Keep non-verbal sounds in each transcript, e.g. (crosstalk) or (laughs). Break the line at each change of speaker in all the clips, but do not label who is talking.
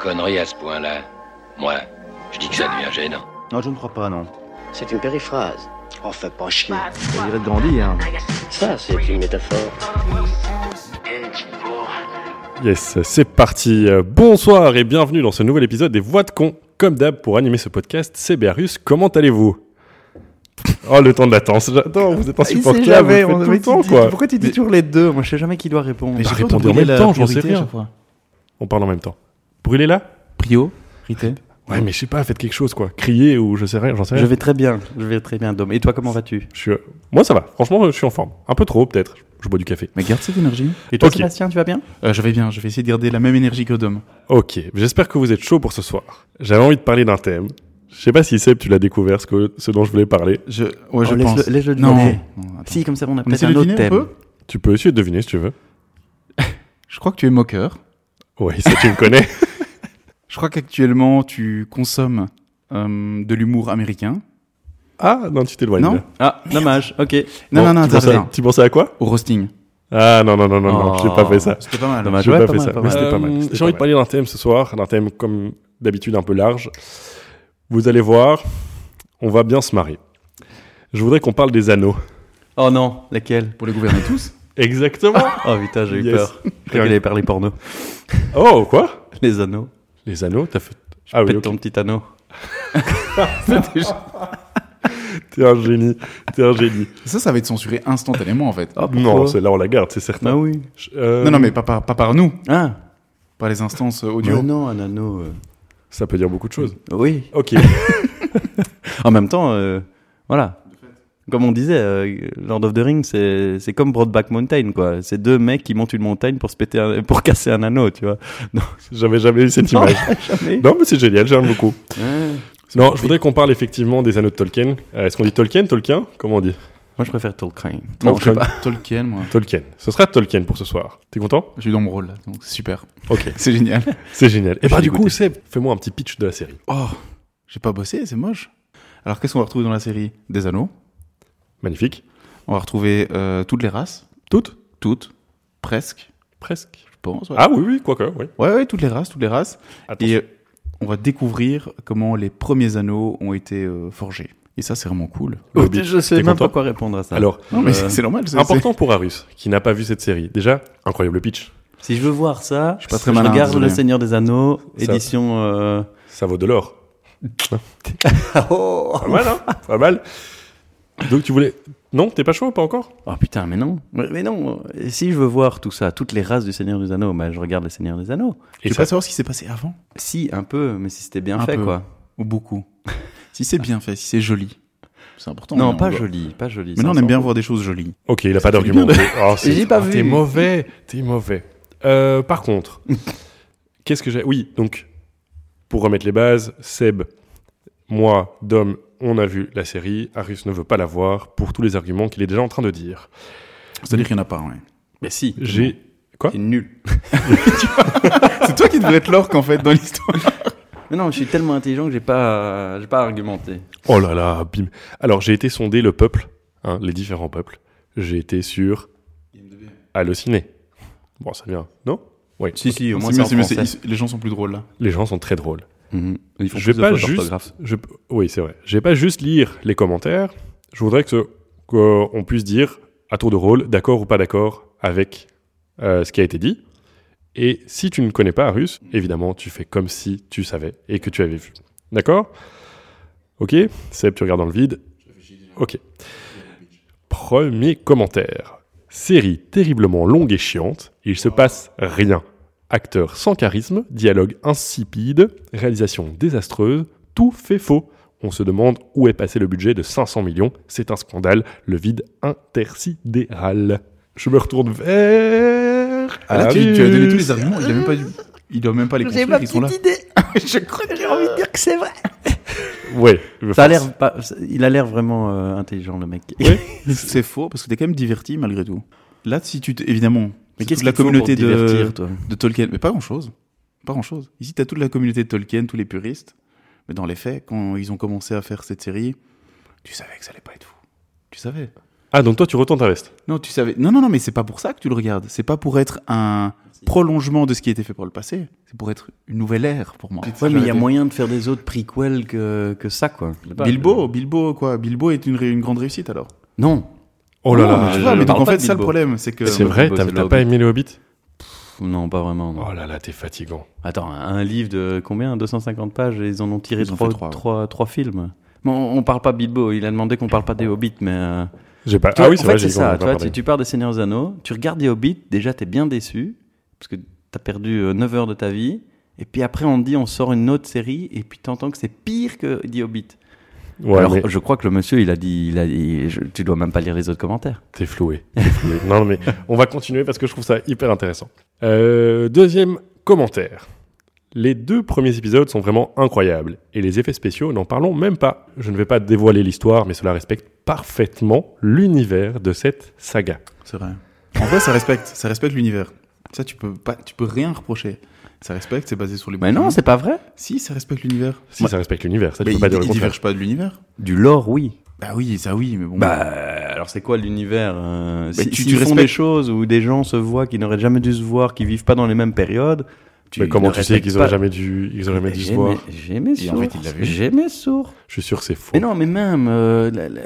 connerie à ce point-là. Moi, je dis que ça devient gênant.
Non, je ne crois pas, non.
C'est une périphrase. Enfin, pas chier.
Ça dirait de Gandhi, hein.
Ça, c'est une métaphore.
Yes, c'est parti. Euh, Bonsoir et bienvenue dans ce nouvel épisode des Voix de Con. Comme d'hab, pour animer ce podcast, c'est Berus. Comment (laughs) allez-vous Oh, le temps de l'attente. J'adore, vous êtes insupportable. vous le faites tout le temps, quoi.
Pourquoi tu dis
Mais-
toujours les deux Moi, je sais jamais qui doit répondre.
Mais j'ai répondu en même temps, j'en sais rien. On parle en même temps. Brûlez là
Prio, Rité.
Ouais, mais je sais pas, faites quelque chose, quoi. Criez ou je sais rien, j'en sais rien.
Je vais très bien, je vais très bien, Dom. Et toi, comment vas-tu
Je suis, euh, Moi, ça va. Franchement, je suis en forme. Un peu trop, peut-être. Je bois du café.
Mais garde cette énergie.
Et toi,
Ok.
Sébastien, tu vas bien
Euh, je vais bien, je vais essayer de garder la même énergie que Dom.
Ok, j'espère que vous êtes chaud pour ce soir. J'avais envie de parler d'un thème. Je sais pas si Seb, tu l'as découvert, ce, que- ce dont je voulais parler.
Je, ouais, je
laisse
pense.
le- laisse le
non.
dîner.
Non, attends.
Si, comme ça, on a
On
peut-être
essaie
un
de
autre
dîner un
thème.
peu
Tu peux essayer de deviner si tu veux.
Je crois que tu es moqueur.
Oui, ça tu me connais.
Je crois qu'actuellement, tu consommes euh, de l'humour américain.
(laughs) Ah, non, tu t'éloignes.
Non
là.
Ah, dommage, ok.
Non,
Bon,
non, non,
tu
attends,
pensais,
attends.
tu pensais à quoi
Au roasting.
Ah, non, non, non, non, non, je n'ai pas fait ça.
C'était pas mal.
Dommage.
Je n'ai
Ouais,
pas
pas
fait
mal,
ça.
pas
mais
mal.
c'était pas mal.
Euh,
J'ai envie de parler d'un thème ce soir, d'un thème comme d'habitude un peu large. Vous allez voir, on va bien se marier. Je voudrais qu'on parle des anneaux.
Oh non, laquelle
(laughs) Pour les gouverner tous
Exactement.
Oh putain, j'ai eu
Yes.
peur. Je croyais qu'il avait parlé porno.
(laughs) oh, quoi
Les anneaux.
Les anneaux, t'as fait. Ah oui,
Pète
ok.
ton petit anneau.
t'es un génie. T'es un génie.
Ça, ça va être censuré instantanément, en fait.
non, celle-là, on la garde, c'est certain.
Ah oui.
Je- euh,
Bah Non, non, mais pas par, pas par nous,
Ah,
par les instances euh, audio.
mais non, un anneau. euh,
Ça peut dire beaucoup de
(laughs)
choses.
Oui.
Ok.
En même temps, euh, voilà. Comme on disait, euh, Lord of the Rings, c'est c'est comme Broadback Mountain, quoi. C'est deux mecs qui montent une montagne pour se péter, un- pour casser un anneau, tu vois. (laughs)
J'avais jamais eu cette
Non,
image.
(laughs)
Bah,
jamais.
Non, mais c'est génial, j'aime beaucoup. Non, je voudrais qu'on parle effectivement des anneaux de Tolkien. Euh, Est-ce qu'on dit Tolkien, Tolkien Comment on dit
Moi, je préfère Tolkien.
Non, je sais
Tolkien.
pas. Tolkien, moi.
Tolkien. Ce sera Tolkien pour ce soir. T'es content
Je suis dans mon rôle, là, donc c'est super. (laughs)
Ok.
C'est génial.
C'est génial. Et
Je
bah
suis
du coup,
dégoûté.
Seb, fais-moi un petit pitch de la série.
Oh, j'ai pas bossé, c'est moche. Alors, qu'est-ce qu'on va retrouver dans la série Des anneaux.
Magnifique.
On va retrouver euh, toutes les races.
Toutes
Toutes. Presque,
Presque.
je pense. Ouais.
Ah oui, oui, quoique, oui.
ouais, ouais, toutes les races, toutes les races.
Attention.
Et euh, on va découvrir comment les premiers anneaux ont été euh, forgés. Et ça, c'est vraiment cool.
Le
Oh,
Hobbit,
je sais
t'es
même
content
pas quoi répondre à ça.
Alors,
Non, mais
Euh,
(laughs) c'est normal. c'est-
important pour Arus, qui n'a pas vu cette série. Déjà, incroyable le pitch.
si je veux voir ça, je,
suis pas très malin,
regarde
désolé.
Le Seigneur des Anneaux,
Ça-
édition. euh,
Ça vaut de l'or.
(laughs) Oh,
Pas mal, hein Pas mal. Donc tu voulais... Non, t'es pas chaud, pas encore
oh putain, mais non, mais mais non. Et Si je veux voir tout ça, toutes les races du Seigneur des Anneaux, bah, je regarde Le Seigneur des Anneaux.
c'est- Tu
Et
veux
ça-
pas savoir ce qui s'est passé avant
Si, un peu, mais si c'était bien
Un
fait,
peu.
quoi.
Ou beaucoup (laughs) Si c'est bien fait, si c'est joli. C'est important.
Non,
mais on
pas
doit-
joli, pas joli.
Mais
ça,
non, on
s'en
aime bien
fout.
voir des choses jolies.
Ok, il a pas d'argument. Oh, c'est-
J'ai pas
Ah,
vu.
T'es mauvais, t'es mauvais. Euh, par contre, (laughs) qu'est-ce que j'ai Oui, donc, pour remettre les bases, Seb, moi, Dom, on a vu la série. Arus ne veut pas la voir pour tous les arguments qu'il est déjà en train de dire.
C'est-à-dire qu'il n'y en a pas, ouais.
Mais si,
J'ai. Quoi
c'est nul.
(laughs) c'est toi qui devrais être l'orque, en fait, dans l'histoire.
Mais non, je suis tellement intelligent que j'ai pas, j'ai pas argumenté.
Oh là là, bim. Alors, j'ai été sonder le peuple, hein, les différents peuples. J'ai été sur. Halluciné. Bon, ça vient, non Oui.
Si, si, au moins c'est
C'est
en
mieux, c'est mieux, c'est-
français.
ils- Les gens sont plus drôles, là.
Les gens sont très drôles.
Mhm. Ils font
Je
plus
vais
de
pas
fautes
juste.
d'orthographe.
je- oui, c'est vrai. Je vais pas juste lire les commentaires. Je voudrais que qu'on puisse dire à tour de rôle, d'accord ou pas d'accord avec euh, ce qui a été dit. Et si tu ne connais pas Arus, évidemment, tu fais comme si tu savais et que tu avais vu. D'accord Ok Seb, tu regardes dans le vide. Ok. Premier commentaire. Série terriblement longue et chiante, il se passe rien. Acteurs sans charisme, dialogue insipide, réalisation désastreuse, tout fait faux. On se demande où est passé le budget de 500 millions, c'est un scandale, le vide intersidéral. Je me retourne vers...
Ah, là, tu, tu as donné tous les
Arus.
arguments, il a même pas dû- il doit même pas les construire, ils sont là.
je crois que j'ai envie de dire que c'est vrai.
Ouais, je
Ça a
pense.
l'air pas, il a l'air vraiment euh, intelligent le (laughs) mec.
Oui.
C'est faux, parce que t'es quand même diverti, malgré tout. Là, si tu... t- Évidemment.
Mais
c'est
qu'est-ce
toute la
qu'il te faut
communauté
pour te
de...
divertir, toi
de Tolkien. Mais pas grand chose. Pas grand chose. Ici, t'as toute la communauté de Tolkien, tous les puristes. Mais dans les faits, quand ils ont commencé à faire cette série, tu savais que ça allait pas être fou. Tu savais.
Ah, donc toi, tu retournes ta veste.
Non, tu savais. Non, non, non, mais c'est pas pour ça que tu le regardes. C'est pas pour être un prolongement de ce qui a été fait pour le passé. C'est pour être une nouvelle ère pour moi.
Ouais, mais il y a moyen de faire des autres prequels que, que ça, quoi. Je sais pas.
Bilbo, Bilbo quoi Bilbo est une, ré- une grande réussite alors.
Non.
Oh là
Non, mais
là.
tu
je-
vois,
je
mais donc
parle
en
pas
fait,
de
ça le
Bilbo.
problème, c'est que
C'est vrai, t'as
c'est
t'as
le
pas
Hobbit.
aimé le Hobbit
Pff, Non, pas vraiment. non.
Oh là là, t'es fatigant.
Attends, un livre de combien 250 pages et ils en ont tiré
Ils ont
trois,
fait trois, ouais.
trois- trois films. Bon, on on parle pas Bilbo, il a demandé qu'on parle pas des Hobbits, mais. euh,
J'ai pas.
toi,
ah oui,
en
c'est
fait,
vrai,
c'est
j'ai
ça.
pas
Toi,
parlé.
tu, tu pars des Seigneurs des Anneaux, tu regardes les Hobbits, déjà t'es bien déçu, parce que t'as perdu 9 heures de ta vie, et puis après on te dit on sort une autre série, et puis t'entends que c'est pire que The Hobbit.
Ouais,
Alors, (laughs)
mais
je crois que le monsieur, il a dit, il a, il- je- tu dois même pas lire les autres commentaires.
t'es floué. T'es floué. (laughs) non, mais on va continuer parce que je trouve ça hyper intéressant. Euh, deuxième commentaire. Les deux premiers épisodes sont vraiment incroyables et les effets spéciaux n'en parlons même pas. Je ne vais pas dévoiler l'histoire, mais cela respecte parfaitement l'univers de cette saga.
C'est vrai. En vrai, ça respecte, ça respecte l'univers. Ça, tu peux pas, tu peux rien reprocher. Ça respecte, c'est basé sur les.
Mais
bouquins.
non, c'est pas vrai.
Si, ça respecte l'univers.
Si ça respecte l'univers, ça tu
Mais
peux
il,
pas dire le
il
contraire.
diverge pas de l'univers.
Du lore, oui.
Bah oui, ça oui, mais bon.
Bah, alors c'est quoi l'univers euh, Si
tu-
s'ils
tu
font
respectes-
des choses où des gens se voient qui n'auraient jamais dû se voir, qui vivent pas dans les mêmes périodes.
mais comment
ne
tu sais
respectes
qu'ils auraient
pas-
jamais dû, ils auraient jamais dû se
J'ai
voir
mes- J'ai mes
Et en fait, il l'a
sources.
vu.
J'ai mes sources.
Je suis sûr que c'est faux.
Mais non, mais même. euh, la- la-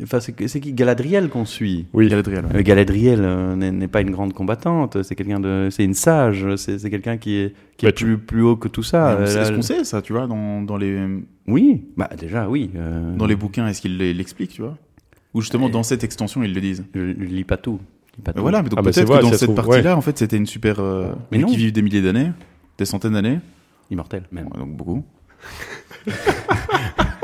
Enfin, c'est c'est qui Galadriel qu'on suit.
Oui,
Galadriel. ouais.
Euh, Galadriel euh, n'est n'est pas une grande combattante. C'est quelqu'un de. C'est une sage. C'est c'est quelqu'un qui est, qui
Bah,
est
tu-
plus, plus haut que tout
Ah,
ça.
Mais on
Euh,
sait-
la-
Est-ce qu'on sait ça, tu vois, dans, dans les
Oui, bah déjà oui. euh,
dans les bouquins, est-ce qu'il les- l'explique, tu vois Ou justement
Ouais.
dans cette extension, ils le disent.
Je, je lis pas tout. Je lis pas
Mais
tout.
voilà, mais donc
Ah bah, c'est
peut-être
vrai,
que dans
si ça se
cette
trouve,
partie-là, en fait, c'était une super. euh,
Mais
mais
non.
qui vivent des milliers d'années, des centaines d'années,
Immortel
(laughs)
même.
Ouais, donc beaucoup.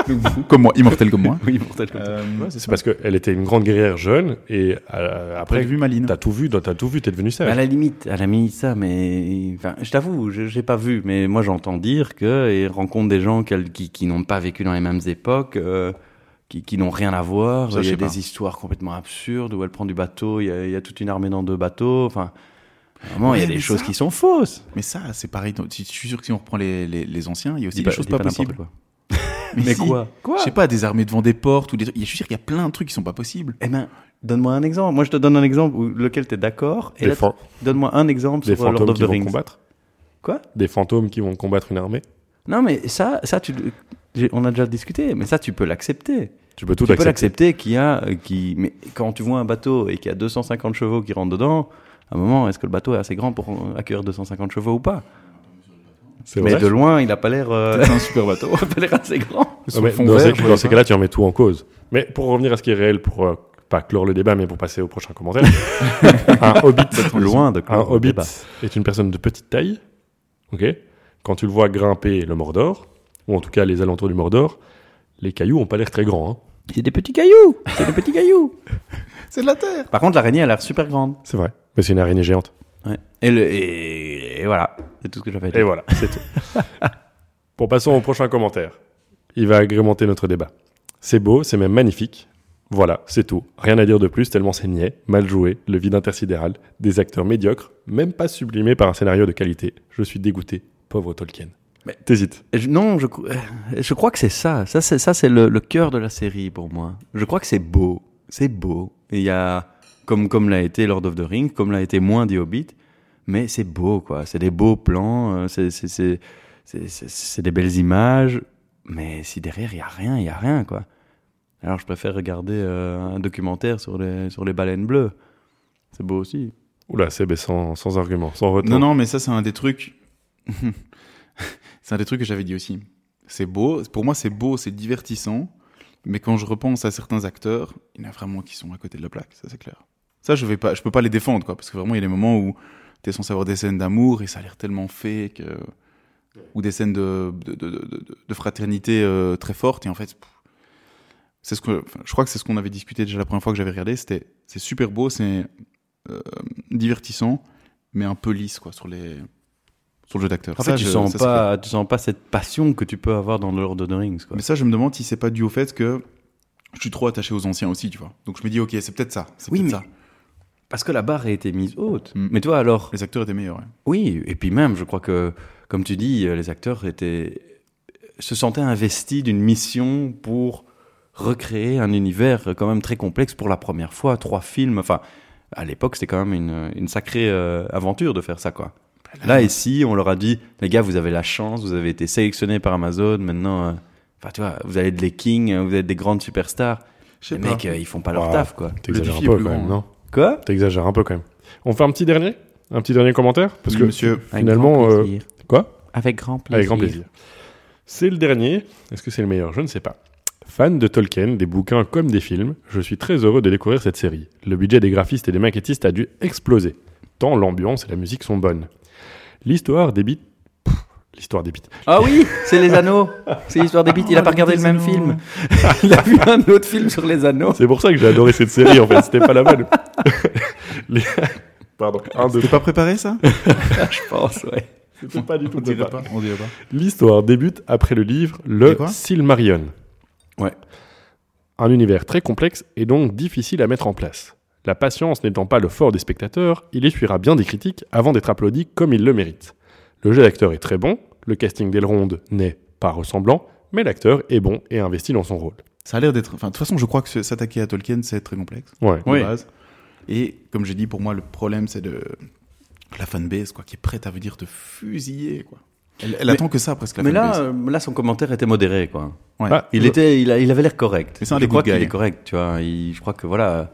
Donc beaucoup, comme moi, immortel comme moi.
Oui, immortel comme ça.
Euh,
c'est parce qu'elle était une grande guerrière jeune et euh,
Après,
après,
vu Maline.
t'as tout vu, t'as tout vu, t'es devenu
Ah
Bah, À
sage.
la limite, elle a mis ça, mais enfin, je t'avoue, je j'ai pas vu, mais moi j'entends dire que et rencontre des gens qu'elle- qui, qui n'ont pas vécu dans les mêmes époques, euh, qui, qui n'ont rien à voir.
Ça,
il y
je
a
sais
des
pas.
histoires complètement absurdes où elle prend du bateau, il y a, il y a toute une armée dans deux bateaux. Enfin, vraiment, il y a
Ouais,
des
mais
choses
ça-
qui sont fausses.
Mais ça, c'est pareil. donc, si- Je suis sûr que si on reprend les, les, les anciens, il y a aussi
Dis
des choses
dis
pas,
n'importe
possibles.
quoi.
Mais,
Mais
si.
quoi Quoi
Je sais pas, des armées devant des portes ou des trucs. Je suis sûr qu'il y a plein de trucs qui sont pas possibles.
Eh ben, donne-moi un exemple. Moi, je te donne un exemple où lequel t'es d'accord. Et
Des,
là,
fan-
donne-moi un exemple
des
sur Lord
fantômes
of
qui
the
vont
Rings.
combattre.
Quoi
Des fantômes qui vont combattre une armée.
Non, mais ça, ça, tu, j'ai- on a déjà discuté, mais ça, tu peux l'accepter.
Tu peux tout
Tu peux
accepter.
l'accepter qu'il y a, euh, qui, mais quand tu vois un bateau et qu'il y a 250 chevaux qui rentrent dedans, à un moment, est-ce que le bateau est assez grand pour euh, accueillir 250 chevaux ou pas
C'est
Mais
vrai.
de loin, il n'a pas l'air, euh, (laughs)
C'est un super bateau.
il a pas l'air assez grand.
Ah, mais dans ces- dans ces cas-là, tu remets tout en cause. Mais pour revenir à ce qui est réel, pour euh, pas clore le débat, mais pour passer au prochain
(laughs)
commentaire, un hobbit,
Loin de
un
quoi, le
hobbit
débat.
est une personne de petite taille. Ok. Quand tu le vois grimper le Mordor, ou en tout cas les alentours du Mordor, les cailloux ont pas l'air très grands. hein.
C'est des petits cailloux. C'est des petits cailloux.
C'est de la terre.
Par contre, l'araignée a l'air super grande.
C'est vrai. Mais c'est une araignée géante.
Ouais. Et, le- et- et voilà. C'est tout ce que j'avais à dire.
Et voilà, c'est tout. bon, passons au prochain commentaire. Il va agrémenter notre débat. C'est beau, c'est même magnifique. Voilà, c'est tout. Rien à dire de plus, tellement c'est niais, mal joué, le vide intersidéral, des acteurs médiocres, même pas sublimés par un scénario de qualité. Je suis dégoûté, pauvre Tolkien.
Mais-
T'hésites.
Je- non, je, cro- euh, je crois que c'est ça. Ça, c'est, ça, c'est le, le cœur de la série pour moi. Je crois que c'est beau. C'est beau. Et Il y a, comme, comme l'a été Lord of the Rings, comme l'a été moins The Hobbit, mais c'est beau, quoi. C'est des beaux plans, euh, c'est, c'est, c'est, c'est, c'est- c'est des belles images, mais si derrière, il y a rien, il y a rien, quoi. Alors, je préfère regarder euh, un documentaire sur les, sur les baleines bleues. C'est beau aussi.
Oula, c'est ben, sans, sans argument, sans retour.
Non, non, mais ça, c'est un des trucs. (laughs) c'est un des trucs que j'avais dit aussi. C'est beau. Pour moi, c'est beau, c'est divertissant. Mais quand je repense à certains acteurs, il y en a vraiment qui sont à côté de la plaque, ça c'est clair. Ça, je vais pas, je peux pas les défendre, quoi, parce que vraiment, il y a des moments où t'es censé avoir des scènes d'amour et ça a l'air tellement fake, euh, ou des scènes de, de, de, de- de- de fraternité euh, très fortes, et en fait, pff, c'est ce que, enfin, je crois que c'est ce qu'on avait discuté déjà la première fois que j'avais regardé, c'était, c'est super beau, c'est euh, divertissant, mais un peu lisse, quoi, sur les, sur le jeu d'acteur.
En
Ça,
fait, tu
je-
sens
ça, c'est
pas, tu sens pas cette passion que tu peux avoir dans le Lord of the Rings, quoi.
mais ça, je me demande si c'est pas dû au fait que je suis trop attaché aux anciens aussi, tu vois. Donc je me dis, ok, c'est peut-être ça. C'est
Oui,
peut-être
mais-
ça.
Parce que la barre a été mise haute.
Mm.
Mais toi, alors,
Les acteurs étaient meilleurs. ouais.
Oui, et puis même, je crois que, comme tu dis, euh, les acteurs étaient, se sentaient investis d'une mission pour recréer un univers euh, quand même très complexe pour la première fois, trois films, enfin, à l'époque, c'était quand même une, une sacrée euh, aventure de faire ça, quoi.
Bah,
Là, ici, on leur a dit, les gars, vous avez la chance, vous avez été sélectionnés par Amazon, maintenant, euh, enfin, tu vois, vous allez être les kings, euh, vous êtes des grandes superstars.
Je sais
Les
pas.
mecs, euh, ils font pas leur
Ouais.
taf, quoi.
T'exagères un
défi est
peu
plus
quand
grand,
même,
hein.
non
Quoi
T'exagères un peu quand même. On fait un petit dernier Un petit dernier commentaire Parce
Oui,
que
monsieur,
finalement, euh, quoi
Avec grand plaisir.
Avec grand plaisir. C'est le dernier. Est-ce que c'est le meilleur Je ne sais pas. Fan de Tolkien, des bouquins comme des films, je suis très heureux de découvrir cette série. Le budget des graphistes et des maquettistes a dû exploser, tant l'ambiance et la musique sont bonnes. L'histoire débite. Pff, L'histoire débite.
Ah oui, c'est les anneaux. C'est l'histoire des bites. Il a pas regardé le même film. (laughs) Il a vu un autre film sur les anneaux.
C'est pour ça que j'ai adoré cette série en fait, c'était pas la
(laughs)
bonne. Les- Pardon, un, deux,
T'es pas préparé ça
Je pense, ouais.
c'était pas du tout
On
le
dirait
pas.
pas. On dirait pas.
L'histoire débute après le livre
C'est
Le
quoi
Silmarillion.
Ouais.
Un univers très complexe et donc difficile à mettre en place. La patience n'étant pas le fort des spectateurs, il essuiera bien des critiques avant d'être applaudi comme il le mérite. Le jeu d'acteur est très bon, le casting d'Elrond n'est pas ressemblant, mais l'acteur est bon et investi dans son rôle.
Ça a l'air d'être. Enfin, de toute façon, je crois que se- s'attaquer à Tolkien, c'est très complexe.
Ouais.
de
Oui.
base. Et comme j'ai dit, pour moi, le problème, c'est de la fanbase, quoi, qui est prête à venir te fusiller, quoi. Elle, elle
Mais-
attend que ça, presque, la
Mais là,
fanbase.
euh, là, son commentaire était modéré, quoi.
Ouais.
Ah,
Il
je-
était, il, a- il avait l'air correct.
Mais c'est un
je
des
crois
good
qu'il
guys.
est correct, tu vois. Il- je crois que voilà.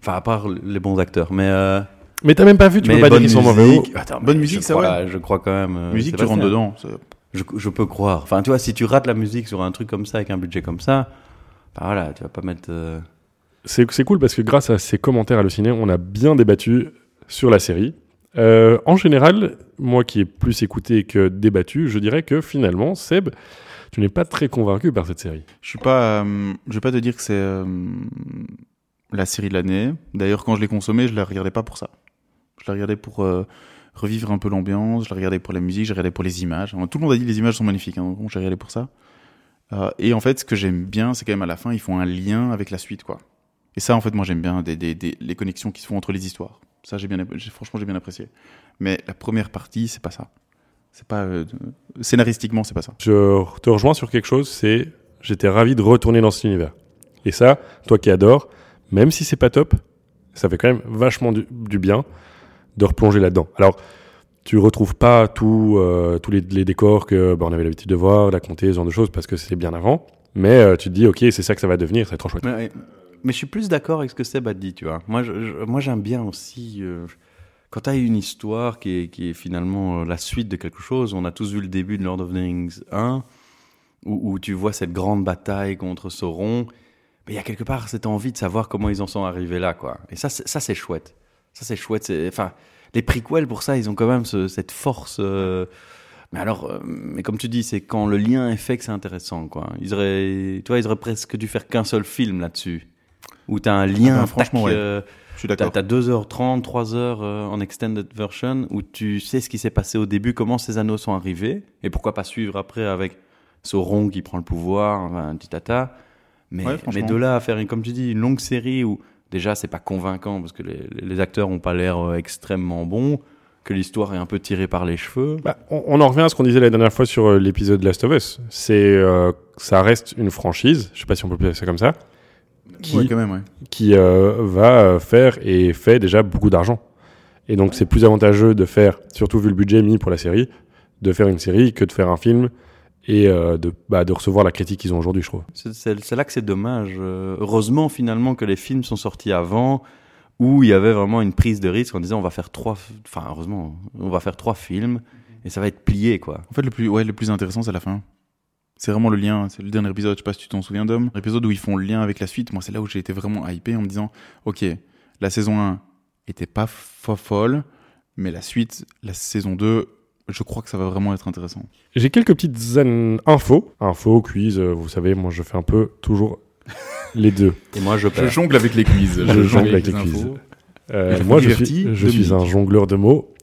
Enfin, à part les bons acteurs, mais. euh,
Mais t'as même pas vu, tu
mais
peux pas dire
bonne
qu'ils sont mauvais.
musique. Attends, mais
Bonne musique,
je
ça,
crois, Je crois quand même. euh,
musique, tu
Sébastien.
rentres dedans. c'est-
Je, je peux croire. Enfin, tu vois, si tu rates la musique sur un truc comme ça avec un budget comme ça, bah voilà, tu vas pas mettre. euh,
C'est c'est cool parce que grâce à ces commentaires hallucinés, on a bien débattu sur la série. Euh, en général, moi qui ai plus écouté que débattu, je dirais que finalement, Seb, tu n'es pas très convaincu par cette série.
Je suis pas. euh, je vais pas te dire que c'est euh, la série de l'année. D'ailleurs, quand je l'ai consommée, je la regardais pas pour ça. Je la regardais pour euh, revivre un peu l'ambiance. Je la regardais pour la musique. Je la regardais pour les images. Enfin, tout le monde a dit que les images sont magnifiques. hein, donc bon, je la regardais pour ça. Euh, et en fait, ce que j'aime bien, c'est quand même à la fin, ils font un lien avec la suite, quoi. Et ça, en fait, moi, j'aime bien des, des- des- les connexions qui se font entre les histoires. Ça, j'ai bien, app- j'ai- franchement, j'ai bien apprécié. Mais la première partie, c'est pas ça. C'est pas euh, de- scénaristiquement, c'est pas ça.
Je te rejoins sur quelque chose, c'est j'étais ravi de retourner dans cet univers. Et ça, toi qui adores, même si c'est pas top, ça fait quand même vachement du, du bien de replonger là-dedans. Alors, tu retrouves pas tout, euh, tous les, les décors que bah, on avait l'habitude de voir, la comté, ce genre de choses, parce que c'était bien avant. Mais euh, tu te dis, ok, c'est ça que ça va devenir, c'est trop chouette.
Mais, ouais. Mais je suis plus d'accord avec ce que Seb a dit, tu vois. Moi, je- je- moi j'aime bien aussi. euh, quand tu as une histoire qui est, qui est finalement euh, la suite de quelque chose, on a tous vu le début de Lord of the Rings 1, où, où tu vois cette grande bataille contre Sauron. Mais il y a quelque part cette envie de savoir comment ils en sont arrivés là, quoi. Et ça, c'est- ça c'est chouette. Ça, c'est chouette. c'est- Enfin, les prequels, pour ça, ils ont quand même ce- cette force. euh, mais alors, euh, mais comme tu dis, c'est quand le lien est fait que c'est intéressant, quoi. Ils auraient, tu vois, ils auraient presque dû faire qu'un seul film là-dessus. Où t'as un lien, euh,
Ah ben, franchement,
franchement,
ouais. Je suis
t'as
d'accord.
t'as 2h30, 3h euh, en extended version, où tu sais ce qui s'est passé au début, comment ces anneaux sont arrivés, et pourquoi pas suivre après avec Sauron qui prend le pouvoir, enfin, un petit tata. Mais,
Ouais, franchement.
mais de là à faire, une- comme tu dis, une longue série où déjà c'est pas convaincant parce que les, les acteurs ont pas l'air euh, extrêmement bons, que l'histoire est un peu tirée par les cheveux.
Bah, on, on en revient à ce qu'on disait la dernière fois sur euh, l'épisode Last of Us. C'est, euh, ça reste une franchise, je sais pas si on peut appeler ça comme ça, qui,
Ouais, quand même, ouais.
qui euh, va euh, faire et fait déjà beaucoup d'argent. Et donc c'est plus avantageux de faire, surtout vu le budget mis pour la série, de faire une série que de faire un film et euh, de, bah, de recevoir la critique qu'ils ont aujourd'hui, je trouve.
C'est- C'est c'est là que c'est dommage. Euh, Heureusement, finalement, que les films sont sortis avant, où il y avait vraiment une prise de risque en disant on va faire trois, f- enfin heureusement, on va faire trois films et ça va être plié quoi.
En fait, le plus, ouais, le plus intéressant, c'est la fin. C'est vraiment le lien. C'est le dernier épisode, je sais pas si tu t'en souviens, Dom. L'épisode où ils font le lien avec la suite. Moi, c'est là où j'ai été vraiment hypé en me disant Ok, la saison 1 était pas fo- folle, mais la suite, la saison 2, je crois que ça va vraiment être intéressant.
J'ai quelques petites an- infos, infos, quiz, euh, vous savez, moi je fais un peu (laughs) toujours les deux.
Et moi je perds.
jongle avec les quiz.
Je jongle avec les quiz. Euh,
Il a
moi, je
diverti
suis, je
Dominique.
suis un jongleur de mots.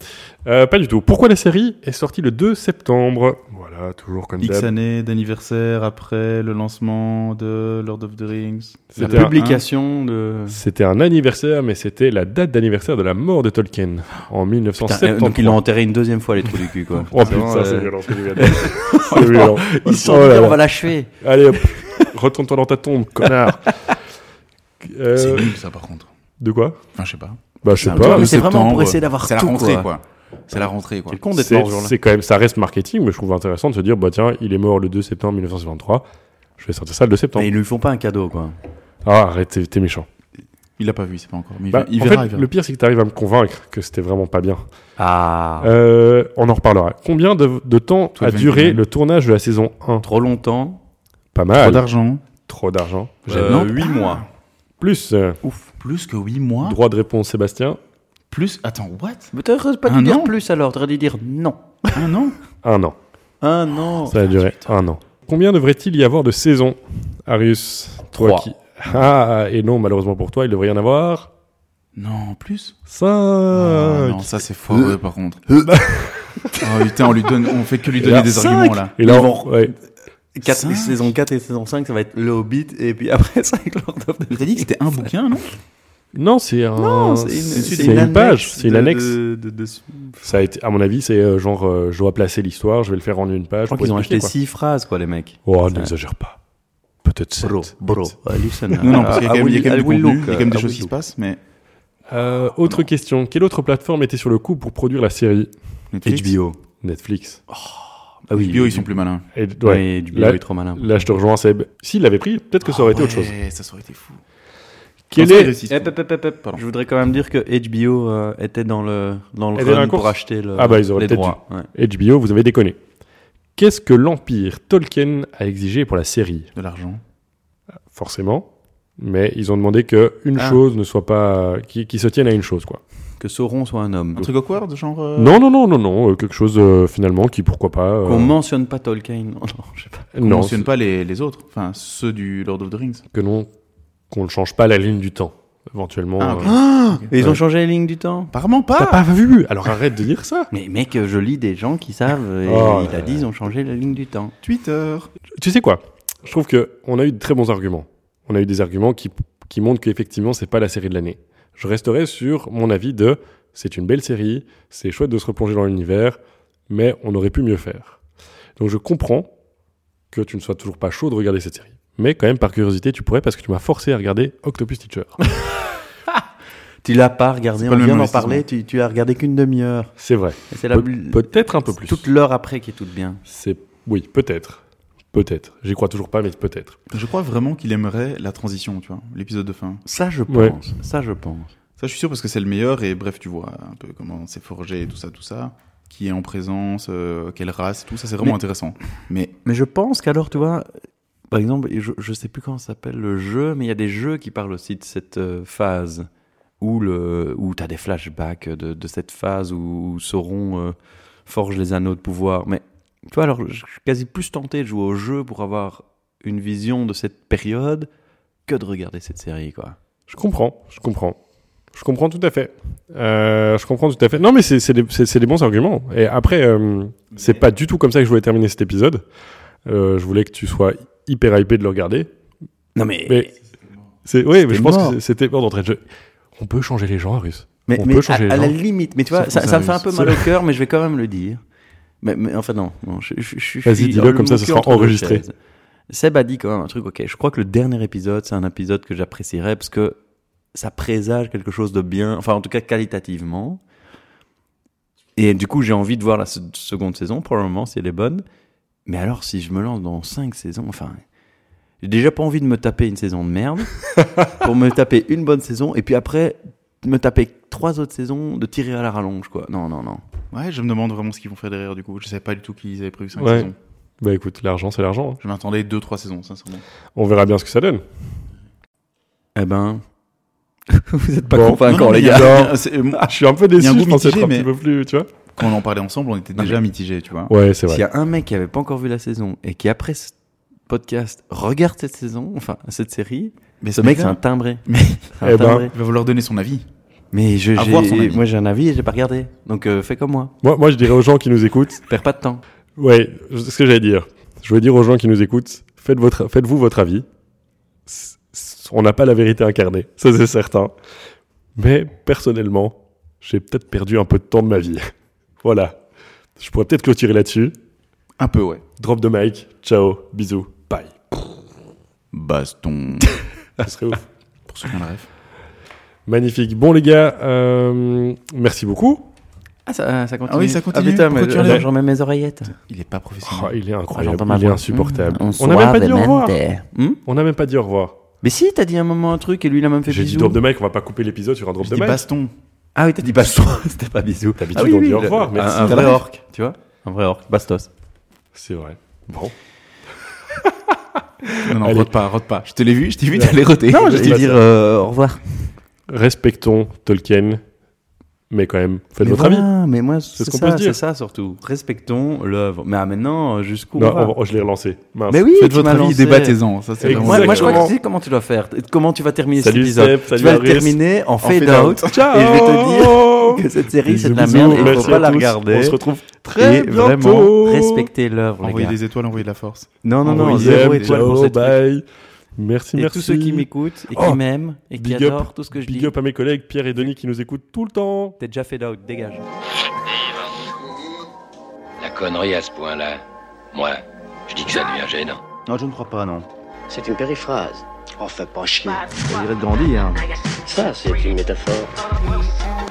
Euh, pas du tout. Pourquoi la série est sortie le 2 septembre Voilà, toujours comme
X
d'hab.
années d'anniversaire après le lancement de Lord of the Rings.
C'était
La
un-
Publication de.
C'était un anniversaire, mais c'était la date d'anniversaire de la mort de Tolkien en
Putain,
1973.
euh, donc ils l'ont enterré une deuxième fois les trous du
(laughs)
cul quoi.
Oh putain,
Vraiment,
c'est
euh,
violent ce que tu
(laughs)
viens de dire. C'est violent.
Ils sont
Oh là
dit,
là.
on va l'achever.
Allez, hop,
(laughs)
retourne-toi dans ta tombe, connard. Euh,
C'est nul, ça, par contre.
de quoi
Enfin, je sais pas.
Bah, je sais
Un
pas.
truc de
c'est vraiment
septembre.
pour essayer d'avoir
C'est la
tout,
rentrée,
quoi.
quoi. C'est la rentrée, quoi.
Quel con d'être
C'est
mort, ce jour-là.
c'est quand même, ça reste marketing, mais je trouve intéressant de se dire, bah tiens, il est mort le 2 septembre 1953, je vais sortir ça le 2 septembre.
Mais ils lui font pas un cadeau, quoi.
Ah, arrête, t'es- t'es méchant.
Il l'a pas vu, c'est pas encore. Mais il
Bah,
va- il
en
verra,
fait,
il verra.
le pire, c'est que t'arrives à me convaincre que c'était vraiment pas bien.
Ah.
Euh, on en reparlera. Combien de, de temps
Toi,
a
tu
duré
viens.
le tournage de la saison 1
Trop longtemps.
Pas
Trop
mal.
d'argent.
Trop d'argent. J'aime.
Euh,
Non.
8 mois.
Plus. euh,
Ouf. Plus que 8
Hein
mois.
droit de réponse, Sébastien.
Plus. Attends, what Ah,
Mais t'aurais pas dû
Un
dire
an
plus alors, t'aurais dû dire non.
Un an
Un an.
Un an. Ah,
Ça a duré un an. Combien devrait-il y avoir de saisons, Arius Toi
Trois.
qui- Ah, et non, malheureusement pour toi, il devrait y en avoir
Non, plus.
cinq.
Ah, non, ça c'est fort,
Euh.
par contre. (laughs) oh putain, on lui donne, on fait que lui donner
là,
des
cinq.
arguments là.
et là,
Ils
on-
vont-
ouais.
Quatre-
Cinq
saison 4 et saison 5, ça va être Le Hobbit, et puis après (laughs) ça, avec Lord of the
T'as dit que c'était un bouquin, non
non, Oh, c'est un.
Non, Euh, c'est une,
c'est
c'est
une
annexe
page, c'est une
de-
annexe.
de- de- de-
Ça a été, à mon avis, c'est euh, genre, euh, je dois placer l'histoire, je vais le faire en une page.
Je crois
pour
qu'ils ont
expliquer,
acheté 6 phrases, quoi, les mecs.
quoi. Oh,
Ça-
n'exagère pas. Peut-être sept.
Bro, bro, uh, listen.
Non, non, parce qu'il y a quand même, il y a quand
ah
même du contenu, il y a quand même des choses qui se
passent.
passent, mais.
Euh, autre question. Quelle autre plateforme était sur le coup pour produire la série
Netflix,
HBO.
Netflix.
Ah oui,
HBO, ils sont plus malins.
Et, ouais,
Ouais, HBO
Là-
est trop malin.
Là, je te rejoins, Seb. S'il l'avait pris, peut-être que ça aurait été autre chose.
Ah Ouais, ça aurait été fou.
Quel
Dans ce
est-
cas, réussite,
Hep, hep, hep, hep, hep.
Pardon.
Je voudrais quand même dire que HBO euh, était dans le, dans le
Elle est dans la
run
course
pour acheter le,
Ah bah, ils auraient
les
peut-être
droits. Ouais.
HBO, vous avez déconné. Qu'est-ce que l'Empire Tolkien a exigé pour la série
De l'argent.
Forcément. Mais ils ont demandé que une
Ah.
chose ne soit pas. qui, qui se tienne à une chose, quoi.
Que Sauron soit un homme.
Un truc awkward, genre. euh,
Non, non, non, non, non. euh, quelque chose, euh, finalement, qui, pourquoi pas. euh,
Qu'on mentionne pas Tolkien. (laughs) Non, non, je sais pas.
On
non,
mentionne pas les, les autres, enfin ceux du Lord of the Rings.
que non, qu'on ne change pas la ligne du temps. Éventuellement.
Ah, ok.
euh,
Et ils
Ouais.
ont changé les lignes du temps
Apparemment
T'as
pas.
pas vu Alors arrête de dire ça.
Mais mec, je lis des gens qui savent et
Oh
ils
là
la disent, ils ont changé la ligne du temps.
Twitter.
Tu sais quoi Je trouve que on a eu de très bons arguments. On a eu des arguments qui, qui montrent qu'effectivement, c'est pas la série de l'année. Je resterai sur mon avis de c'est une belle série, c'est chouette de se replonger dans l'univers, mais on aurait pu mieux faire. Donc je comprends que tu ne sois toujours pas chaud de regarder cette série. Mais quand même, par curiosité, tu pourrais parce que tu m'as forcé à regarder Octopus Teacher.
Tu l'as pas regardé,
C'est pas
on
le
vient
même
d'en parler, tu, tu as regardé qu'une demi-heure.
c'est vrai.
Et C'est la
Pe-
bulle-
Peut-être un peu plus.
toute l'heure après qui est toute bien.
C'est oui, peut-être, peut-être. J'y crois toujours pas, mais peut-être.
Je crois vraiment qu'il aimerait la transition, tu vois, l'épisode de fin.
Ça, je pense.
Ouais.
Ça, je pense.
Ça, je suis sûr parce que c'est le meilleur et bref, tu vois un peu comment c'est forgé et tout ça, tout ça. Qui est en présence, euh, quelle race, tout ça, c'est vraiment
Mais-
intéressant. Mais
Mais je pense qu'alors, tu vois, par exemple, je, je sais plus comment ça s'appelle le jeu, mais il y a des jeux qui parlent aussi de cette euh, phase où, le, où tu as des flashbacks de, de cette phase où, Sauron euh, forge les anneaux de pouvoir. Mais tu vois, alors, je suis quasi plus tenté de jouer au jeu pour avoir une vision de cette période que de regarder cette série, quoi.
Je comprends, je comprends. Je comprends tout à fait. Euh, je comprends tout à fait. Non, mais c'est c'est des, c'est- c'est des bons arguments. Et après, euh, c'est pas du tout comme ça que je voulais terminer cet épisode. Euh, je voulais que tu sois hyper hypé de le regarder.
Non, mais.
Mais c'est oui, mais je pense
mort.
que c'est- c'était mort d'entrée de jeu. On peut changer les gens, Arus.
Mais,
On
mais
peut changer
à,
les
à la
gens.
limite, mais tu vois,
Sauf
ça,
qu'on
ça me fait un peu
s'amuse.
mal au cœur, mais je vais quand même le dire. Mais, mais enfin, non, non je, je, je- je
Vas-y,
suis-
dis-le, comme ça,
mon
ce
cul
sera
entre deux
enregistré.
chaises. Seb a dit quand même un truc, ok, je crois que le dernier épisode, c'est un épisode que j'apprécierais parce que ça présage quelque chose de bien, enfin, en tout cas, qualitativement. Et du coup, j'ai envie de voir la se- seconde saison, probablement, si elle est bonne. Mais alors, si je me lance dans cinq saisons, enfin, j'ai déjà pas envie de me taper une saison
(laughs)
de merde pour me taper une bonne saison et puis après me taper trois autres saisons de tirer à la rallonge, quoi. Non, non, non.
ouais, je me demande vraiment ce qu'ils vont faire derrière du coup. Je savais pas du tout qu'ils avaient prévu 5
Ouais.
saisons.
Bah écoute, l'argent, c'est l'argent.
Je m'attendais 2-3 saisons, sincèrement.
hein. On verra bien ce que ça donne. (laughs)
Eh ben, vous êtes pas
Bon. Ah,
Non,
(laughs)
non,
convaincants,
mais
les
il y a-
gars.
il y a- c'est- moi,
Je suis un peu
Il y a un
déçu.
goût
Je pensais être
mitigé,
un petit
mais-
peu plus, tu vois.
Quand on en parlait ensemble, on était déjà mitigés, tu vois.
Ouais, c'est
S'il
vrai.
y a un mec qui avait pas encore vu la saison et qui après ce podcast regarde cette saison, enfin cette série,
Mais
ce mec c'est un
mec-là,
timbré.
Mais-
C'est un
Eh ben,
timbré.
il va vouloir donner son avis.
Mais je,
à voir son
j'ai,
avis.
moi j'ai un avis et j'ai pas regardé, donc euh, fais comme moi,
Moi, moi, je dirais aux gens qui nous écoutent.
perds pas de temps.
Ouais, je- c'est ce que j'allais dire. Je veux dire aux gens qui nous écoutent, faites votre, faites-vous votre avis. S- s- On n'a pas la vérité incarnée, ça c'est certain. Mais personnellement, j'ai peut-être perdu un peu de temps de ma vie. (laughs) voilà. Je pourrais peut-être clôturer là-dessus.
Un peu, ouais.
Drop de mic. Ciao. Bisous. Bye.
Baston.
Ce serait ouf.
(laughs)
Pour ceux qui ont le rêve.
Magnifique. Bon, les gars, euh, merci beaucoup.
Ah, ça, ça continue.
Ah oui, ça continue.
Ah, putain, mais
Pourquoi tu enlèves
j'en mets mes oreillettes. Ah,
Il est pas
Oh,
professionnel.
il est incroyable.
j'entends ma
il est
voix.
insupportable. on n'a même pas dit au revoir. On n'a même pas dit au revoir.
Mais si, t'as dit un moment un truc et lui, il a même fait
J'ai dit
bisous.
drop de mic, on va pas couper l'épisode sur un
Oh,
drop
Je
de
dis
mic.
baston.
Ah oui, t'as dit baston. C'était pas bisous.
D'habitude,
Ah oui,
on
oui,
dit au
le-
revoir.
un-
Merci.
Un vrai
T'as
orc, tu vois Un vrai orc. Bastos.
C'est vrai. Bon.
Non, non,
Allez.
rote pas, rote pas. Je te l'ai vu, je t'ai vu, t'allais roter.
Non,
je
je
t'ai
vais
dit,
dire euh, au revoir.
Respectons Tolkien, mais quand même, faites votre avis.
Mais moi,
ce
c'est
qu'on peut se
ça,
dire.
c'est ça surtout. Respectons l'œuvre. Mais ah, maintenant, jusqu'où
Non,
on va
on- oh, je l'ai relancé. Mince. (laughs)
Mais oui,
Faites
tu
votre
m'as
avis,
lancé.
débattez-en. Ça, c'est
Exactement.
vraiment.
Moi, moi, je crois que
Exactement.
tu sais comment tu dois faire. Comment tu vas terminer
Salut,
cet épisode
Seb, salut,
Tu vas le
Harris.
terminer en fade
fade
out.
Ciao
Et je vais te dire que cette série, c'est de la
Oh Bisous,
merde. Il faut
merci à
pas la
tous. On
regarder.
se retrouve très
Et
bientôt.
vraiment, respectez l'œuvre, les
Envoyez
gars.
des étoiles, envoyez de la force.
Non, non, non,
Envoyez
zéro
des
étoile
ciao,
pour cette
bye. Merci,
Et
merci.
tous ceux qui m'écoutent et qui
Oh,
m'aiment et qui
big up,
adorent tout ce que je
Big
dis.
up à mes collègues Pierre et Denis qui nous écoutent tout le temps.
T'es déjà fait out, dégage.
La connerie à ce point-là, moi, je dis que ça devient gênant.
Non, je ne crois pas, non.
C'est une périphrase. Enfin, pas chier.
hein.
Ça dirait de grandir.
Ça, c'est une métaphore.
Bye.